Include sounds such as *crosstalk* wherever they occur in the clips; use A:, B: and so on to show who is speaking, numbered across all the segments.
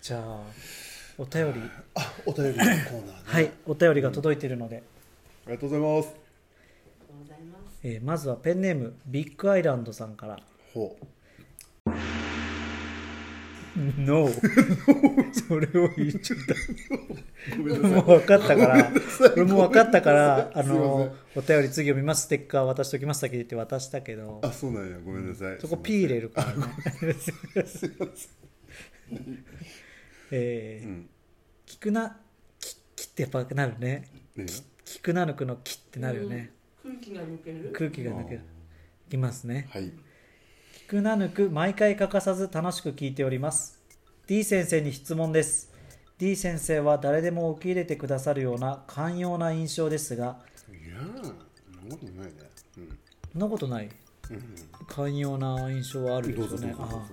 A: じゃあお便り
B: あお便りのコーナーね
A: はいお便りが届いているので、
B: ありがとうございます
C: うございます。
A: えーまずはペンネームビッグアイランドさんから
B: ほう
A: *laughs* NO それを言っちゃった *laughs*
B: ごめんなさ
A: もう
B: い
A: 分かったから、俺もう分かったから、あ
B: ごめんなさい
A: の、お便り次読みます、ステッカー渡しておきますだけ言って渡したけど、
B: あそうなんやごめんなさい
A: そこ P 入れるからね。 *laughs* え
B: う
A: ー、
B: ん
A: 聞くな、き、きってやっぱなるね。
B: ね
A: 聞くなぬくのきってなるよね。
C: 空気が抜ける。
A: 空気が抜ける。いきますね。
B: はい
A: 聞くなぬく毎回欠かさず楽しく聞いております D 先生に質問です D 先生は誰でも受け入れてくださるような寛容な印象ですが
B: いやーそんなことないねうん
A: そんなことない寛容な印象はあるで
B: どう
A: しょ
B: ぞ
A: う
B: どう
A: ね
B: ぞどうぞ
A: ああ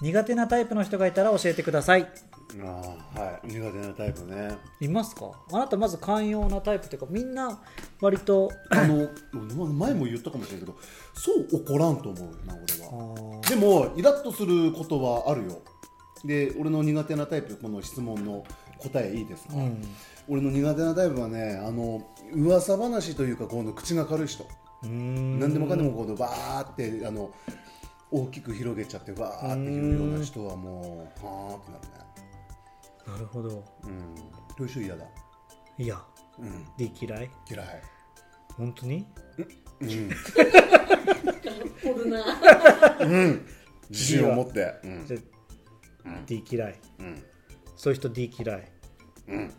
A: 苦手なタイプの人がいたら教えてください
B: あーはい苦手なタイプね
A: いますかあなたまず寛容なタイプというかみんな割と
B: あの前も言ったかもしれんけどそう怒らんと思うな
A: あ
B: 俺は
A: ー
B: でもイラッとすることはあるよで俺の苦手なタイプこの質問の答えいいですか、
A: うん
B: 俺の苦手なタイプはねあの噂話というかこの口が軽い人
A: うーん
B: 何でもかんでもこのバーってあの大きく広げちゃってバーって言うような人はもうはーってなる
A: なるほど
B: ねうんそういう人嫌だ
A: いや
B: うん
A: で嫌い
B: 嫌い
A: 本当に
B: うん
C: 掘るな。
B: うん自信を持ってうん
A: じゃあ D 嫌い
B: うん
A: そういう人 D 嫌い
B: うん
A: *laughs*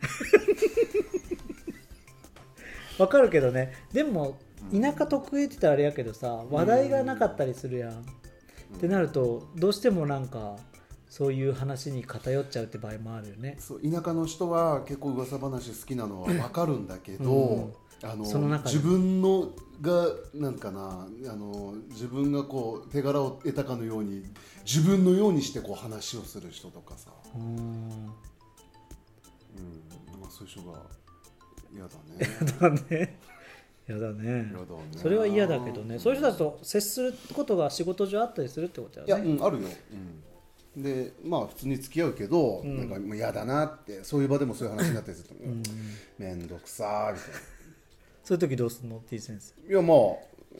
A: わかるけどねでも田舎得意って言ったらあれやけどさ話題がなかったりするやん、ってなるとどうしてもなんかそういう話に偏っちゃうって場合もあるよね
B: そう田舎の人は結構噂話好きなのは分かるんだけど、
A: うん
B: あの
A: その中で
B: 自分のがなんかなあの自分がこう手柄を得たかのように自分のようにしてこう話をする人とかさ、
A: うーん
B: うんまあ、そういう人が嫌だね
A: *laughs* だねやだね
B: 嫌だね
A: それは嫌だけどねそういう人だと接することが仕事上あったりするってこと
B: いや、
A: や
B: う
A: ね
B: ん、あるよ、うん、でまあ普通に付き合うけど、
A: ん
B: なんかもう嫌だなってそういう場でもそういう話になったりすると、面倒くさーみたいな。
A: そういう時どうすんの T 先生
B: いやまあ、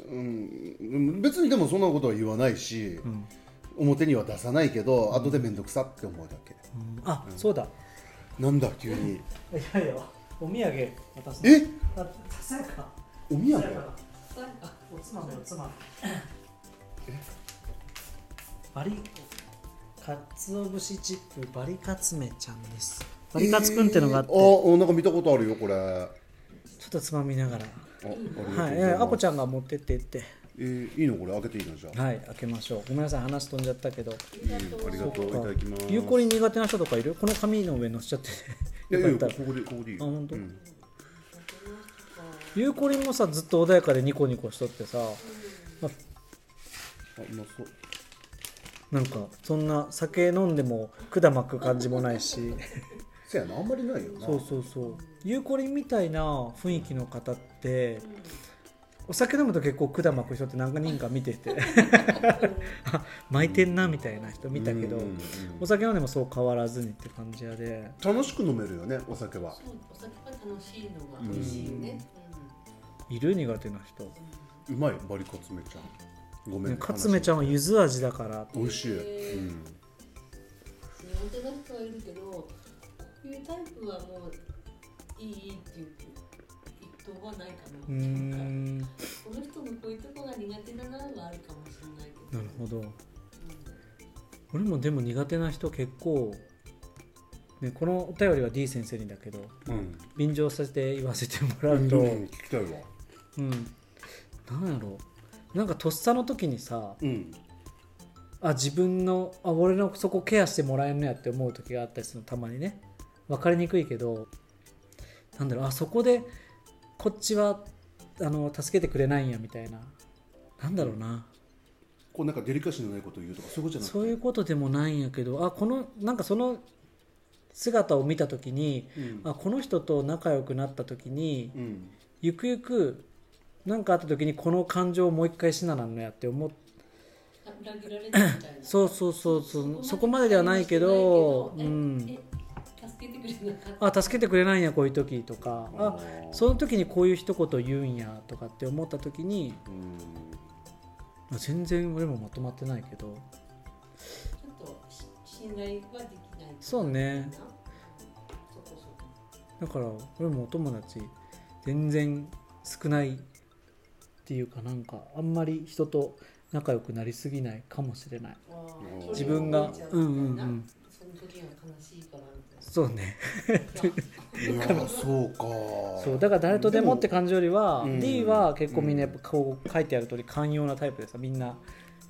B: うん、別にでもそんなことは言わないし、
A: ん
B: 表には出さないけど後で面倒くさって思うだけ、
A: うんあ、そうだ
B: なんだ急に
A: いやいやお土産渡す
B: え
A: あさやか
B: お
A: さ
B: 土産
A: やかおつまみおつまみ
B: え
A: バリかつお節チップバリカツメちゃんですバリカツくんってのがあって、
B: えーああなんか見たことあるよこれあ
A: ちょっとつまみながら
B: ありがとうござ
A: はいい、えー、あこ
B: ます
A: ちゃんが持ってってって
B: えーいいのこれ開けていいのじゃあ、
A: はい開けましょうごめんなさい話飛んじゃったけど
B: うんありがとういただきます
A: 有効に苦手な人とかいるこの紙の上乗せちゃってて
B: いやい
A: よか
B: やこ
A: ったら
B: こでここでいい
A: あ本当
B: うん
A: ゆうこりんもさずっと穏やかでニコニコしとってさ、ま
B: あうまそう
A: なんかそんな酒飲んでも管巻く感じもない
B: *laughs*
A: し
B: せやなあんまりないよな
A: そうそうそうゆうこりんみたいな雰囲気の方ってお酒飲むと結構管巻く人って何人か見て
B: *laughs*
A: てあ巻いてんなみたいな人見たけど
B: うんうんうん
A: お酒飲んでもそう変わらずにって感じやで
B: 楽しく飲めるよねお酒は
C: そうお酒が楽しいのが美味しいね。
A: いる苦手な人、
B: うまいバリカツメちゃんごめん、
A: ね、かつめちゃんはゆず味だから
B: 美味しい、
C: へー
B: うん
C: 苦手な人はいるけど、こういうタイプはもういいっていう一等はないか
A: うー
C: な。なんか
A: んな
C: この人のこういうとこが苦手だなはあるかもしれないけど。
A: るほど俺もでも苦手な人結構、ね、このお便りは D 先生にだけど
B: うん
A: 便乗させて言わせてもらうと、
B: うん聞きたいわ
A: うん、なんやろうなんかとっさの時にさ
B: うん
A: あ自分のあ俺のそこケアしてもらえんのやって思う時があったりするのたまにね分かりにくいけどなんだろうあそこでこっちはあの助けてくれないんやみたいななんだろうな
B: こうなんかデリカシーのないことを言うとかそういうことじゃなくて
A: そういうことでもないんやけどあこのなんかその姿を見た時に
B: うん
A: あこの人と仲良くなった時に
B: うん
A: ゆくゆく何かあった時にこの感情をもう一回しななんのやって思
C: 裏切られたみたいな
A: そうそうそうそうそこまでではないけど、う
C: え
A: ん、
C: え助けてくれなかった
A: あ助けてくれないんやこういう時とかあ
B: ー
A: その時にこういう一言言うんやとかって思った時に
B: うん
A: まあ全然俺もまとまってないけど
C: ちょっとし信頼はできない
A: そうね
C: なそこそこ
A: だから俺もお友達全然少ないっていうかなんかあんまり人と仲良くなりすぎないかもしれない
C: あー
B: うん
C: 距離
A: 自分が
C: 置いちゃ
A: う
C: みたい
A: んうんう
C: なんその時は悲しいからみたいな
A: そうね
B: いやそうか
A: そうだから誰とでもって感じよりは
B: でも
A: D
B: うん
A: は結構みんなやっぱこう書いてある通り寛容なタイプでさみんな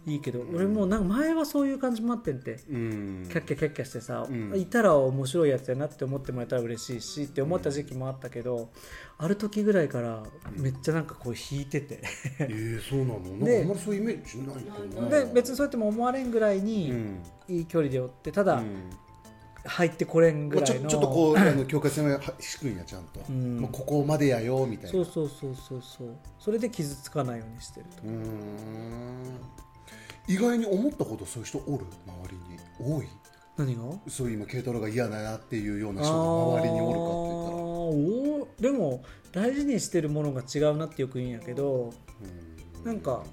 A: いいけど
B: うん
A: 俺もうなんか前はそういう感じもあってんて
B: うん
A: キャッキャキャッキャしてさ、
B: うん
A: いたら面白いやつやなって思ってもらえたら嬉しいしって思った時期もあったけど、ある時ぐらいからめっちゃなんかこう引いてて、
B: えー、そうなのなんか
A: で
B: あんまりそういうイメージないけどな
A: で別にそうやっても思われんぐらい
B: うん、う
A: に
B: ん
A: いい距離でおってただ入ってこれんぐ
B: まあ、
A: ら
B: ちょ
A: い
B: ち
A: の、
B: ょっとこうあの境界線は低いんやちゃんと、
A: うん
B: まあ、ここまでやよみたいな
A: そうそうそうそうそうそれで傷つかないようにしてる
B: うーん意外に思ったほどそういう人おる周りに多い
A: 何が
B: そういう今軽トラが嫌だなっていうような人が周りに
A: るか
B: お
A: って言ったらでも大事にしてるものが違うなってよく言うんやけど
B: るかって言った
A: な
B: ら
A: んか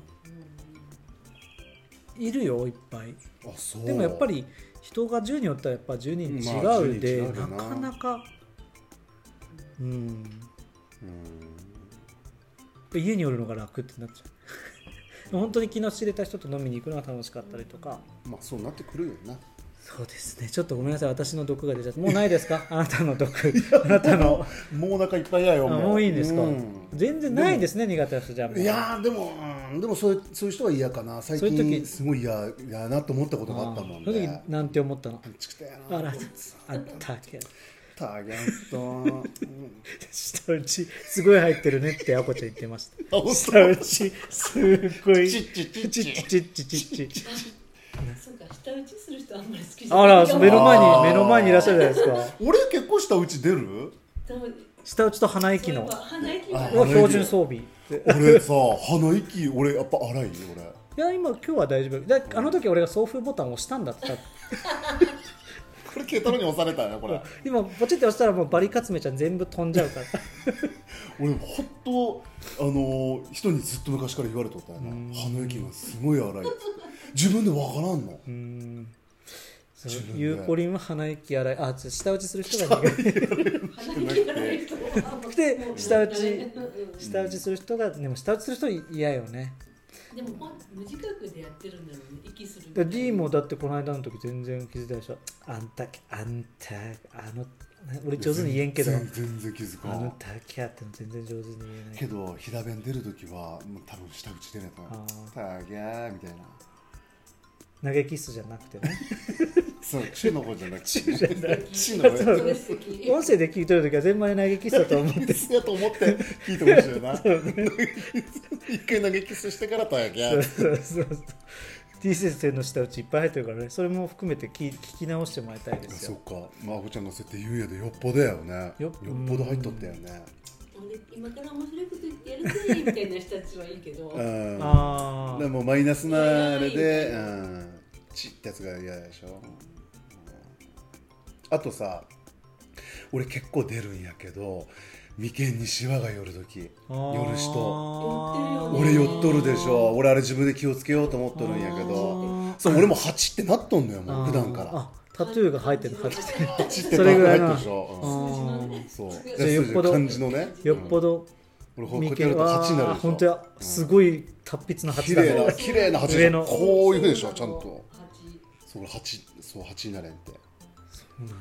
C: うん
A: いるよいっぱい
B: あそう
A: でもやっぱり人が10人おったらやっぱ10人違
B: まあ
A: うで、
B: 10人違うよ
A: な
B: な
A: かなかうん
B: うん
A: 家におるのが楽ってなっちゃう *laughs* 本当に気の知れた人と飲みに行くのが楽しかったりとか
B: まあそうなってくるよな
A: そうですねちょっとごめんなさい私の毒が出ちゃってもうないです
B: *laughs*
A: かあなたの毒あなたの
B: もうお腹いっぱいや
A: あ
B: よ
A: もういいんですか、
B: うん
A: 全然ないですね苦手な人じゃあもう
B: いやーでも、うんでもそういうそういう人は嫌かな最
A: そういう
B: 近
A: 時
B: すごい嫌やなと思ったことがあったもん
A: その時
B: ね
A: なんて思ったの
B: ちくたや
A: あ
B: な
A: らあったけど
B: ターゲットうん
A: 下打ちすごい入ってるねってあこちゃん言ってました
B: あ本
A: 下打ちすっごい
B: チッチッチッチッ
A: チッチッチッチッチッ
C: そうか舌打ちする人あんまり好きじゃ
A: あ
C: ない
A: ら
C: かも
A: 目の前
B: あ
A: に
B: ー
A: 目の前にいらっしゃるじゃないですか
B: 俺結婚したうち出る
C: でも
A: 下打ちと鼻息の
C: そういえば鼻息
B: あ
A: は標準装備い
B: 俺さ鼻息俺やっぱ荒いよ
A: や今今日は大丈夫だあの時俺が送風ボタンを押したんだって多分
B: 俺これケトロに押されたよこれ
A: 今ポチって押したらもうバリカツメちゃん全部飛んじゃうから
B: 俺ほんとあのー人にずっと昔から言われとったよな鼻息がすごい荒い自分で分からんの
A: うーんそう
B: 自分で
A: ゆうこりんは鼻息荒いあちょ下打ちする人が苦 *laughs* 手
C: 鼻息が荒い人は
A: で舌打ち
C: うん
A: 下打ちする人がでも下打ちする人嫌よね
C: でもほん無自覚でやってるんだろうね息するみた
A: だ
C: い
A: から
C: な
A: D もだってこの間の時全然気づいたでしょあんたきあんたあの俺上手に言えんけど
B: 全全然気づ
A: あ
B: か
A: の
B: ん
A: たきゃって全然上手に言えな
B: け
A: い
B: ど平弁出るときはもう多分下打ち出ないと
A: あ
B: 思うたぎゃーみたいな
A: 投げキッスじゃなくてね
B: *laughs* そうチの方じゃなく
A: *laughs*
B: てね
A: じゃない
B: チの方
C: それ素敵
A: 音声で聞いとる時は全前投げキッスだと思って *laughs*
B: やと思って聞いてほしいよな一回投げキスしてからたぎゃ
A: そう
B: ー
A: そうそう D 先生の舌打ちいっぱい入ってるからねそれも含めて聞聞き直してもらいたいです
B: そっ
A: よ
B: か、まあ、アホちゃんがそうやって言うんやでよっぽどやよね
A: よ
B: よ
A: っ
B: っぽど入っとったよね
C: 俺今から面白いこと言ってやるぜみたいな人たちはいいけど
B: うん
A: あ
B: で
A: あ
B: もマイナスなあれで、
C: う
B: うん、チッってやつが嫌でしょ、うんあとさ俺結構出るんやけど眉間にシワが寄る時寄る人
C: 人
B: 俺寄っとるでしょ俺あれ自分で気をつけようと思っとるんやけどそう俺もハチってなっとんのよもう普段から
A: あタトゥーが入ってる入ってる
B: ハチって
A: それぐらい
B: 入っ
A: の
B: とるでしょ、うん、そう
A: じゃあよっぽど
B: 感じのね
A: よっぽど
B: 俺こうや
A: 眉
B: ってや
A: 間
B: るとハチになる
A: は
B: でしょ
A: 本当やすごい達筆な
B: 綺
A: 鉢だ
B: 麗な
A: ね
B: 綺麗な鉢
A: 上の
B: こういうふうでしょちゃんと
C: 蜂
B: そう鉢そう鉢になれんって
A: うんや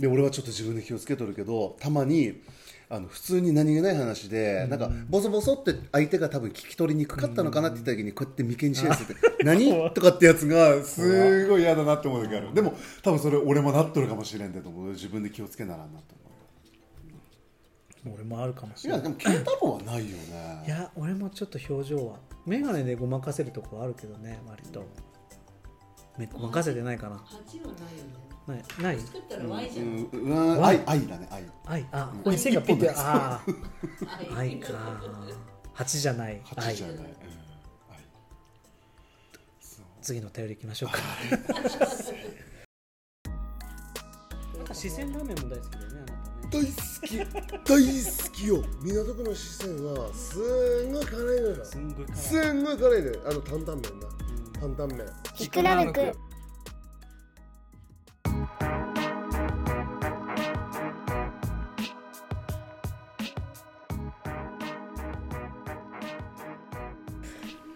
B: で俺はちょっと自分で気をつけとるけどたまにあの普通に何気ない話で、なんかボソボソって相手が多分聞き取りにくかったのかなって言った時にこうやって眉間にしや
A: *laughs*
B: すって「何?」とかってやつがすごい嫌だなって思う時あるでも多分それ俺もなっとるかもしれんけど自分で気をつけならんなと思
A: 俺もあるかもし
B: うい
A: れな
B: や
A: い
B: でもケンタロウはないよ
A: い
B: ね
A: や俺もちょっと表情は眼鏡でごまかせるとこはあるけどね割とめごまかせてないかな
C: 蜂はないよね
A: ないない
C: 作ったら Y じゃ
B: うんんうわー愛愛だね愛
A: 愛あこ
B: う
A: こ
B: ん
A: に線がピッて
B: 一本
A: ああ
C: Y
A: 愛か八じゃない
B: 八
A: 愛
B: じゃない、うん、愛そう
A: 次のお便り行きましょうかなんか四川ラーメンも大好きだよねあなたね
B: 大好き大好きよ港区の四川はすんごい辛いのよ
A: すんごい辛い
B: すんごい辛いのよあの担々麺だ
A: うん
B: 担々麺
D: ひくらめく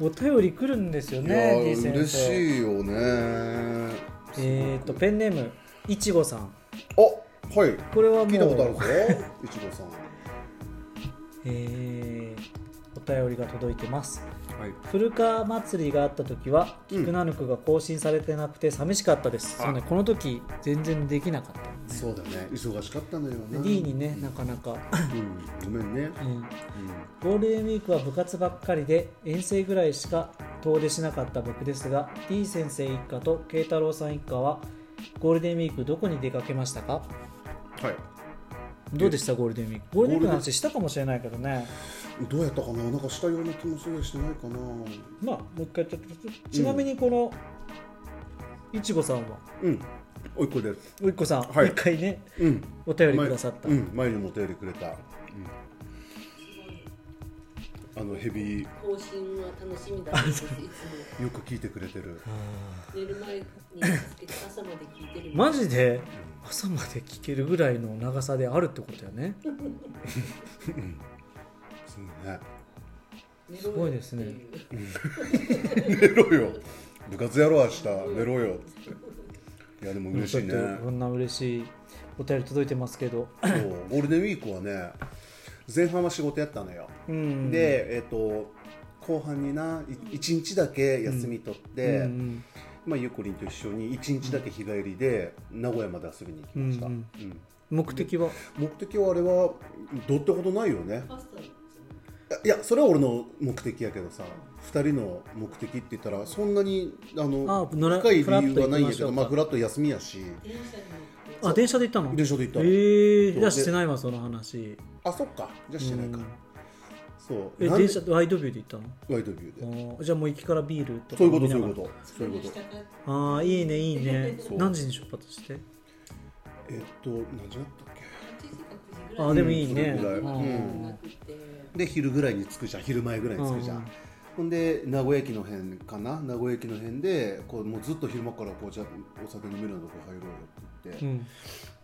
A: お便り来るんですよ
B: いや
A: ね、D
B: ー
A: 先生
B: 嬉しいよね
A: えっ、とペンネームいちごさん
B: あはい
A: これはもう
B: 聞いたことあるぞいちごさん
A: えーお便りが届いてます
B: はい
A: 古川祭りがあった時は
B: うん
A: 菊名ぬくが更新されてなくて寂しかったです、
B: あ
A: そうねこの時全然できなかった
B: そうだね忙しかったのよ
A: で
B: ね
A: D にねなかな *laughs* か、
B: うんごめんね
A: うんゴールデンウィークは部活ばっかりで遠征ぐらいしか遠出しなかった僕ですが D 先生一家と慶太郎さん一家はゴールデンウィークどこに出かけましたか
B: はい
A: どうでしたゴールデンウィークゴールデンウィークの話したかもしれないけどね
B: どうやったかななんかしたような気もするしないかな
A: まあもう一回ちょっとちなみにこの、いちごさんは
B: うんおいっ子です
A: ういっこさん、
B: はい
A: 一回ね
B: うん
A: お便りくださった、
B: 前うん、前にもお便りくれた、うん、あのヘビー
C: 更新は楽しみだったんですいつも
B: よく聞いてくれてる
C: 寝る前につけて朝まで聞いてる
A: マジで朝まで聞けるぐらいの長さであるってことやね
B: そうね
A: すごいですね
B: 寝ろよ部活やろう明日寝ろよつっていやでも嬉しいね
A: ちょっとこんな嬉しいお便り届いてますけど
B: そうゴールデンウィークはね前半は仕事やったのよ、
A: うん
B: でえっ、と後半にない一日だけ休み取って、
A: うん
B: まあ、ゆっこりんと一緒に一日だけ日帰りで名古屋まで遊びに行きました、
A: うん
B: うん
A: 目的は
B: 目的はあれはどうってことないよね
C: パスタですね
B: いやそれは俺の目的やけどさ2人の目的って言ったらそんなにあ
A: あ
B: の
A: のら
B: 深い理由はないんやけ
A: フラッと行きましょう
B: ど
A: か
B: まあフラット休みやし
C: 電車に乗って
A: あ電車で行ったの
B: 電車で行った、
A: ええ
B: そう
A: じゃあしてないわその話
B: あそっかじゃあしてないか
A: うん
B: そう
A: え
B: なんで
A: 電車ワイドビューで行ったの
B: ワイドビュー
A: あ
B: で
A: ーじゃあもう行きからビールとか
B: そういうこと
A: 飲
B: そ
A: み
B: うい
A: な
B: う
A: がら
B: ことそういうこと
A: ああいいねいいね
B: そう
A: 何時に出発して
B: えっと何時だったっけ
A: あでもいいね
B: うんそれぐらいうんで昼ぐらいに着くじゃん昼前ぐらいに着くじゃん、
A: うん
B: ほんで名古屋駅の辺かな名古屋駅の辺でこうもうずっと昼間からこうじゃあお酒飲めるようなとこ入ろうよって言って、
A: うん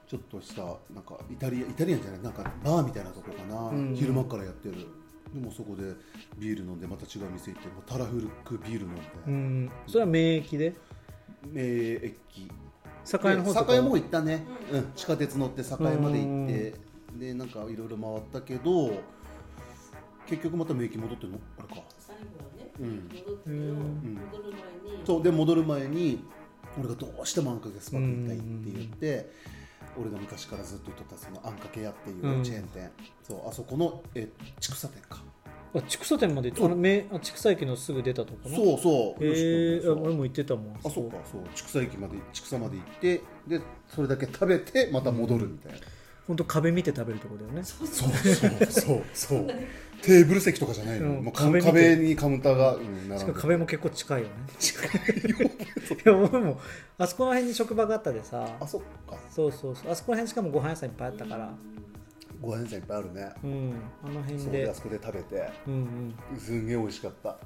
B: ちょっとしたなんかイタリアイタリアンじゃないなんかバーみたいなとこかな、
A: うん
B: 昼間からやってるでもそこでビール飲んでまた違う店行ってもうタラフルクビール飲んで、
A: うんそれは免疫で
B: えー駅
A: 境の方とか
B: 栄も行ったね、うん、地下鉄乗って栄まで行ってでなんかいろいろ回ったけど結局また名駅戻ってんのあれか
C: 最後はね
B: うん
C: 戻って
A: う
C: よ
A: ん
C: 戻る前に
B: そうで戻る前に俺がどうしてもあんかけスパゲッティたいって言って、俺が昔からずっと言っとったそのあんかけ屋っていうチェーン店、そうあそこのえ畜産店か、
A: あ畜産店まで行ったあのめあ畜産駅のすぐ出たとこな
B: そうそう
A: へえ
B: そう
A: 俺も行ってたもん
B: あそうかそう畜産駅まで畜産まで行ってでそれだけ食べてまた戻るみたいな、
A: 本当壁見て食べるとこだよね
B: そうそうそうそうテーブル席とかじゃない
A: う
B: の、
A: ん
B: もう
A: 壁見
B: 壁
A: て
B: 壁にカウンターが、うん、並
A: しか
B: んで
A: も壁も結構近いよね近いよいや僕もあそこら辺に職場があったでさ
B: あそっか
A: そうそうそうあそこら辺しかもご飯屋さんいっぱいあったから
B: ご飯屋さんいっぱいあるね、
A: うんあの辺
B: そうで
A: で
B: あそこで食べて
A: うんうん
B: すんげえ美味しかったも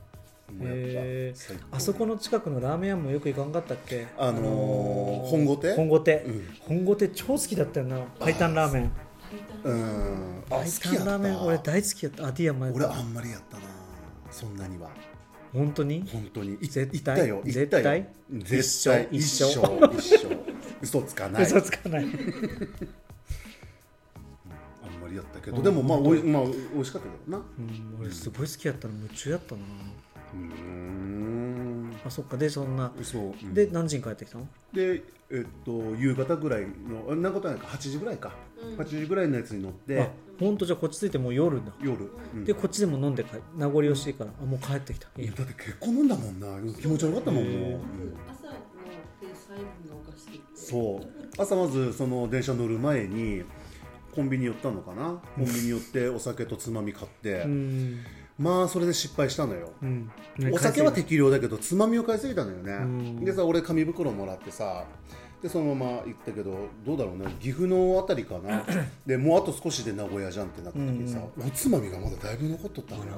B: うやっぱ
A: へー
B: 最高
A: あそこの近くのラーメン屋もよく行かんかったっけ
B: あのー本御亭
A: 本御亭
B: うん
A: 本御亭超好きだったよな白湯ラーメン
B: うんあ好
A: 白
B: き
A: 湯
B: やった
A: ラーメン俺大好きやったあディアンもやった
B: 俺あんまりやったなそんなには
A: 本当に
B: 本当にい
A: 絶
B: 行っ
A: 対
B: たよ行った
A: 絶
B: よ
A: 対
B: 絶対
A: 一生
B: 一生一生嘘つかない
A: 嘘つかない
B: あんまりやったけどでもまあおいまあ美味しかったけどな
A: うん俺すごい好きやったの夢中やったな
B: うーん
A: あそっかでそんな
B: そううん
A: で何時に帰ってきたの
B: でえっと夕方ぐらいのあんなことないか8時ぐらいか
C: うん
B: 8時ぐらいのやつに乗っ
A: あ
B: て
A: 本当じゃあこっち着いてもう夜だ
B: 夜うん
A: でこっちでも飲んで帰名残惜しいからあもう帰ってきたいや
B: だって結構飲んだもんな気持ち悪かったもんもううん
C: 朝のペース配分がおかしくて
B: そう朝まずその電車乗る前にコンビニ寄ったのかなコンビニ寄ってお酒とつまみ買って、
A: うん
B: まあそれで失敗したのよ、
A: うん、
B: お酒は適量だけどつまみを買いすぎたのよね、
A: ん
B: でさ俺紙袋もらってさでそのまま行ったけどどうだろうね岐阜のあたりか *clears throat* なでもうあと少しで名古屋じゃんってなった時にさ、おつまみがまだだいぶ残っとったのよ、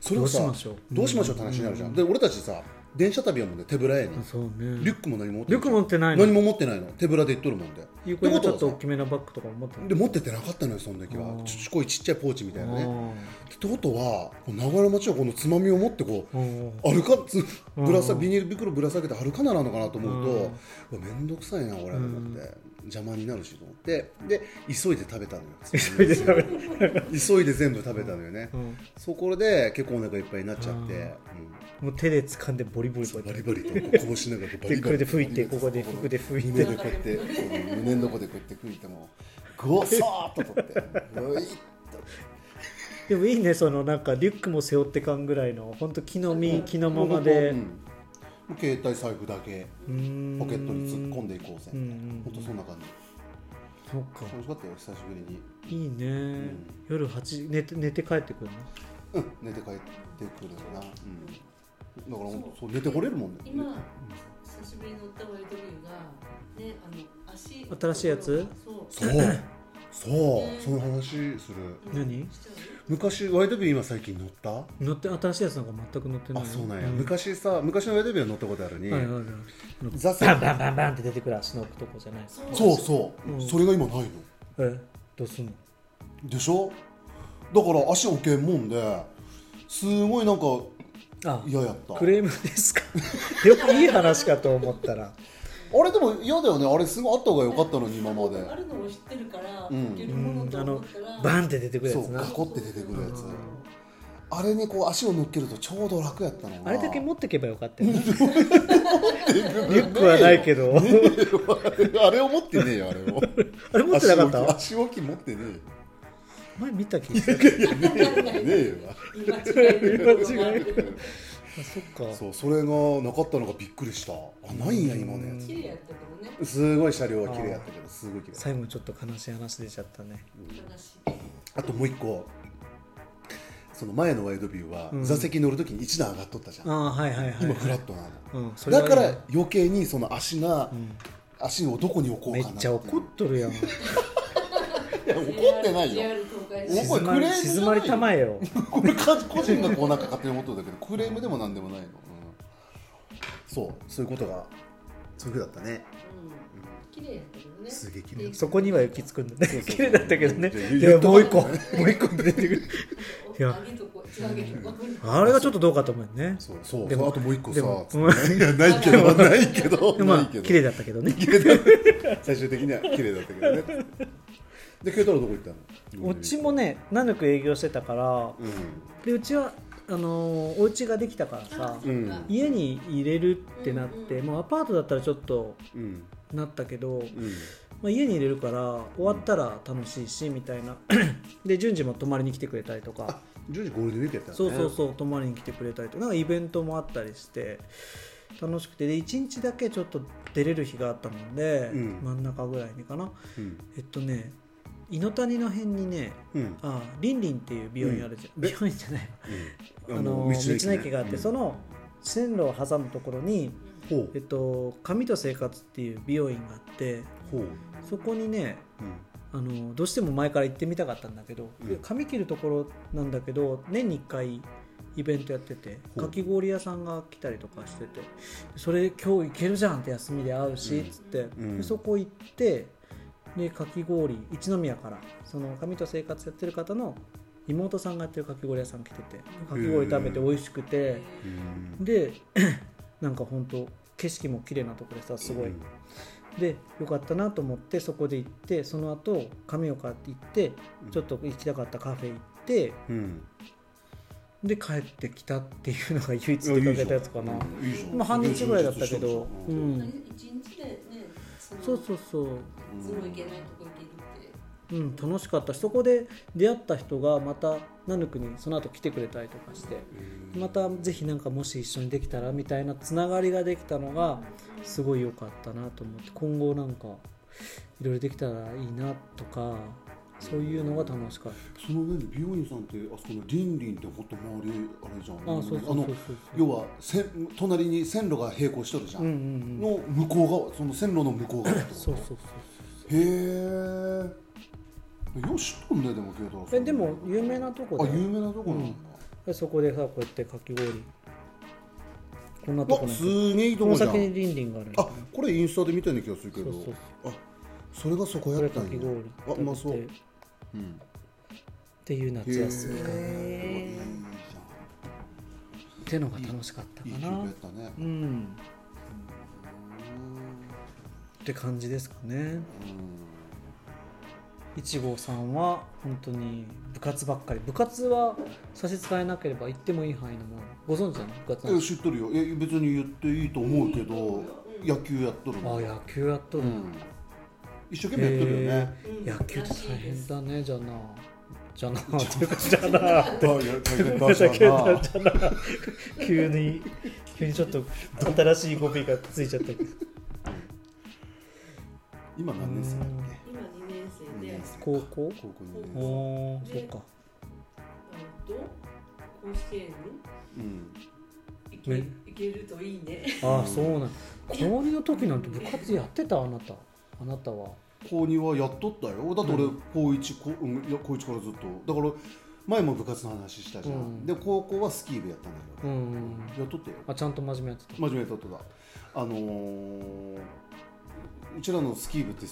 B: それをさ
A: どうしましょう
B: どうしましょうって話になるじゃん、で俺たちさ電車旅はもうね手ぶらやに、
A: そうね
B: リュックも何も持って
A: リュック持ってないの
B: 何も持ってないの手ぶらで行っとるもんで
A: ゆうこりんちょっと
B: は
A: 大きめなバッグとかも持って
B: さ
A: る
B: で持ってってなかったのよその時
A: あ
B: は
A: ー
B: ちっちこいちっちゃいポーチみたいなね
A: ね
B: ってことはこう流れ町はこのつまみを持ってこう
A: うん
B: 歩かつ
A: うん
B: ぶらさビニール袋ぶら下げて歩かならんのかなと思う
A: うん
B: と、うわめんどくさいな俺と思って、邪魔になるしと思ってで急いで食べたのよ
A: 急いで食べ
B: 急いで全部食べたのよね、
A: うん
B: そこで結構お腹いっぱいになっちゃって、うん
A: もう手で掴んでボリボリこう
B: バ
A: やっ
B: リ
A: て
B: バリとこうこぼしながらバリバ
A: で
B: リ
A: これで吹いてここでここで吹い
B: 胸
A: て
B: でこうやってうん胸のとこでこうやって吹いてもごそーっと取ってういっ
A: でもいいねそのなんかリュックも背負ってかんぐらいの本当木の実木の
B: と
A: ままで
B: うんもう携帯財布だけ
A: うーん
B: ポケットに突っ込んでいこうぜ
A: うんうん
B: ほんとそんな感じ
A: そっか
B: 楽しかったよ久しぶりに
A: いいね、夜8時寝て寝て帰ってくるの
B: うん寝て帰ってくるな、うん、だからほんとそう寝てこれるもんね
C: 今、久しぶりに乗ったワイドビューが、ね、あの
A: 新
C: 足
A: しいやつ
C: そう
B: そうそうその話する
A: 何
C: しちゃう
B: 昔ワイドビュー今最近乗った
A: 乗って新しいやつなんか全く乗ってない
B: あそうなんや、
A: ん
B: 昔さ昔のワイドビューは乗ったことあるに、
A: はいはいはいあの
B: 座席
A: バンバンバンバンって出てくる足の置くとこじゃない
C: そう
B: そうそう、
A: うん
B: それが今ないの
A: えどうすんの
B: でしょだから足置けんもんですごいなんか
A: あ
B: 嫌やった
A: クレームですか *laughs* よくいい話かと思ったら
B: あれでも嫌だよねあれすごいあった方が良かったのに今まで
C: あるのを知ってるから、
B: うん
C: いけ
A: う
C: るもの
A: ん
C: と
A: あ
C: 思っ
A: の
C: たら、
A: バンって出てくる
B: そ
A: やつ
B: う
A: な
B: ガコって出てくるやつあれにこう足を乗っけるとちょうど楽やったの
A: あれだけ
B: 持
A: 持ってけばよかったよ *laughs* ね
B: っていく
A: リュックはないけど
B: ど *laughs* あれを持ってねえよあれを
A: *laughs* あれ持ってなかった
B: 足置き足置き持ってね
A: 前見た気がする *laughs*
B: えよねえよねえわ
C: 今違える
A: 今違えあそっか
B: そうそれがなかったのがびっくりしたあないんや今のや
C: 綺麗やったけどね
B: つすごい車両は綺麗やったけどすごい綺麗
A: 最後ちょっと悲しい話出ちゃったね
C: 悲し
B: あともう一個その前のワイドビューは、
A: うん
B: 座席乗るときに一段上がっとったじゃん、
A: ああはいはいはい
B: 今フラットなの、
A: うんそれ
B: だ
A: はいい
B: か
A: な
B: ら余計にその足が、
A: ん
B: 足をどこに置こうか
A: め
B: な
A: っちゃ怒っとるやん
B: いや怒ってないよ
C: JR 東海
B: お
C: 市
B: これ
A: 静ま
B: クレームじゃ
A: り
B: ないよ
A: 静まりたまえよ
B: これか個人がこうなんか勝手に思っとるだけどクレームでもなんでもないの、うんそうそういうことがそういうことだったね
C: うん綺麗やったけどね
B: すげえ綺麗
C: で
A: そこには行き着くん
B: *laughs*
A: だね
B: うそう
A: 綺麗だったけどね
B: うん
A: いやもう一個もう一個出てくる
C: お
A: いや
C: 上げとこ違う上げとこ
A: あれがちょっとどうかと思うよね
B: そうそう
A: でも
B: そうあともう一個さ
A: でも
B: つってねいやないけ
A: *laughs*
B: どないけど
A: でま
B: な
A: あ
B: いけど
A: 綺麗だったけどね
B: 綺麗だ最終的には綺麗だったけどねで慶太郎どこ行ったの
A: うちもね長く営業してたから
B: う
A: でうちはあのーお家ができたからさ
B: んうん
A: 家に入れるってなって、
C: うん
A: もうアパートだったらちょっと
B: うん
A: なったけど、
B: うん
A: まあ、家に入れるから終わったら楽しいしみたいな *clears throat* で順次も泊まりに来てくれたりとか
B: 順次ゴールデンウィークやったのね
A: そうそうそう泊まりに来てくれたりとかなんかイベントもあったりして楽しくてで1日だけちょっと出れる日があったもんで、
B: うん
A: 真ん中ぐらいにかな
B: うん
A: えっとね井の谷の辺にね
B: うん
A: ああリンリンっていう美容院あるじゃん、
B: うん
A: 美
B: え
A: 容院じゃない
B: うん
A: あのー道の駅があって、そ
B: の
A: の線路を挟むところに、
B: ほう
A: えっと、髪と生活っていう美容院があって
B: ほう
A: そこにね
B: うん
A: あのどうしても前から行ってみたかったんだけど、
B: うん
A: 髪切るところなんだけど年に1回イベントやってて
B: ほう
A: かき氷屋さんが来たりとかしててそれ今日行けるじゃんって休みで会うし、
B: うん
A: つって、
B: ん
A: でそこ行ってでかき氷一宮からその髪と生活やってる方の妹さんがやってるかき氷屋さん来ててかき氷食べて美味しくて。
B: うん
A: で *clears throat* なんか本当景色も綺麗なとこでさすごい、
B: うん
A: でよかったなと思ってそこで行ってその後髪を買って行って
B: うん
A: ちょっと行きたかったカフェ行って
B: うん
A: で帰ってきたっていうのが唯一出かけたやつかな、
B: うんいいじゃん
A: まあ、半日ぐらいだったけど、う
B: うん
A: ん、
C: 一日でねその
A: そうそうそう、
C: いつも行けないとこ行けるって
A: うん、楽しかったしそこで出会った人がまたナヌクにその後来てくれたりとかしてまたぜひなんかもし一緒にできたらみたいなつながりができたのがすごい良かったなと思って今後なんかいろいろできたらいいなとかそういうのが楽しかっ
B: その上で美容院さんってあそこのリンリンってほんと周りあれじゃん
A: たあそうそうそう
B: の
A: そう
B: 要はせ隣に線路が並行しとるじゃん、
A: うんうんうん
B: の向こう側その線路の向こう側ってこと
A: *laughs* そうそうそう
B: へえよしとんねでもけど
A: えでも有名なとこ
B: あ
A: だよ
B: 有名なとこなんだ、
A: でそこでさこうやってかき氷こんなとこ
B: あ
A: ね
B: すげえいいと
A: こ
B: こ
A: の
B: じゃ
A: 先
B: ん
A: にリンリンがあるんだ
B: あこれインスタで見たような気がするけ
A: そ
B: ど
A: うそうそう
B: あそれがそこ
A: こ
B: やっ
A: れ
B: た
A: か
B: ん
A: き
B: や
A: 氷
B: あうまそう、
A: 食
B: うん
A: べてっていう夏休みかなっ
B: へ
A: てのが楽しかった
B: えいい
A: か
B: じゃ
A: なん
B: いい休憩やった
A: う
B: ね
A: んって感じですかね一号さんは本当に部活ばっかり部活は差し支えなければ行ってもいい範囲のものご存知なの部活
B: うん
A: なん
B: え
A: て
B: 知っとるよえ別に言っていいと思うけど野球やっとるの
A: あ野球やっと
B: う
A: るの、
B: ん一生懸命やっとるよね
C: うん
A: 野球って大
C: らしいで
A: 変
C: す
A: だねじゃあなじゃあなっていうかじゃあな
B: だいや大変だ
A: だ
B: じゃ
A: け *laughs*
B: あ
A: ど
B: な
A: じゃあな急に急にちょっと新しい語尾がついちゃったけど
B: 今何年生だっけ
C: 今2年生
B: 二
C: で、
B: 年
C: え
B: 生
A: 高校
B: 高校2年
A: おーそっか
C: っと甲子園
B: 生うん
C: に行け
A: ね
C: 行けるといいね。 *laughs*
A: ああそうなん高二の時なんて部活やってたあなたあなたは
B: 高2はやっとったよだって俺
A: う
B: 高1高,、うん、いや高一からずっとだから前も部活の話したじゃん、
A: うん
B: で高校はスキー部やったんだ
A: う
B: け
A: んうん
B: ど、やっとったよ
A: あちゃんと真面目やってた
B: 真面目にやっとったあのー、うちらのスキー部って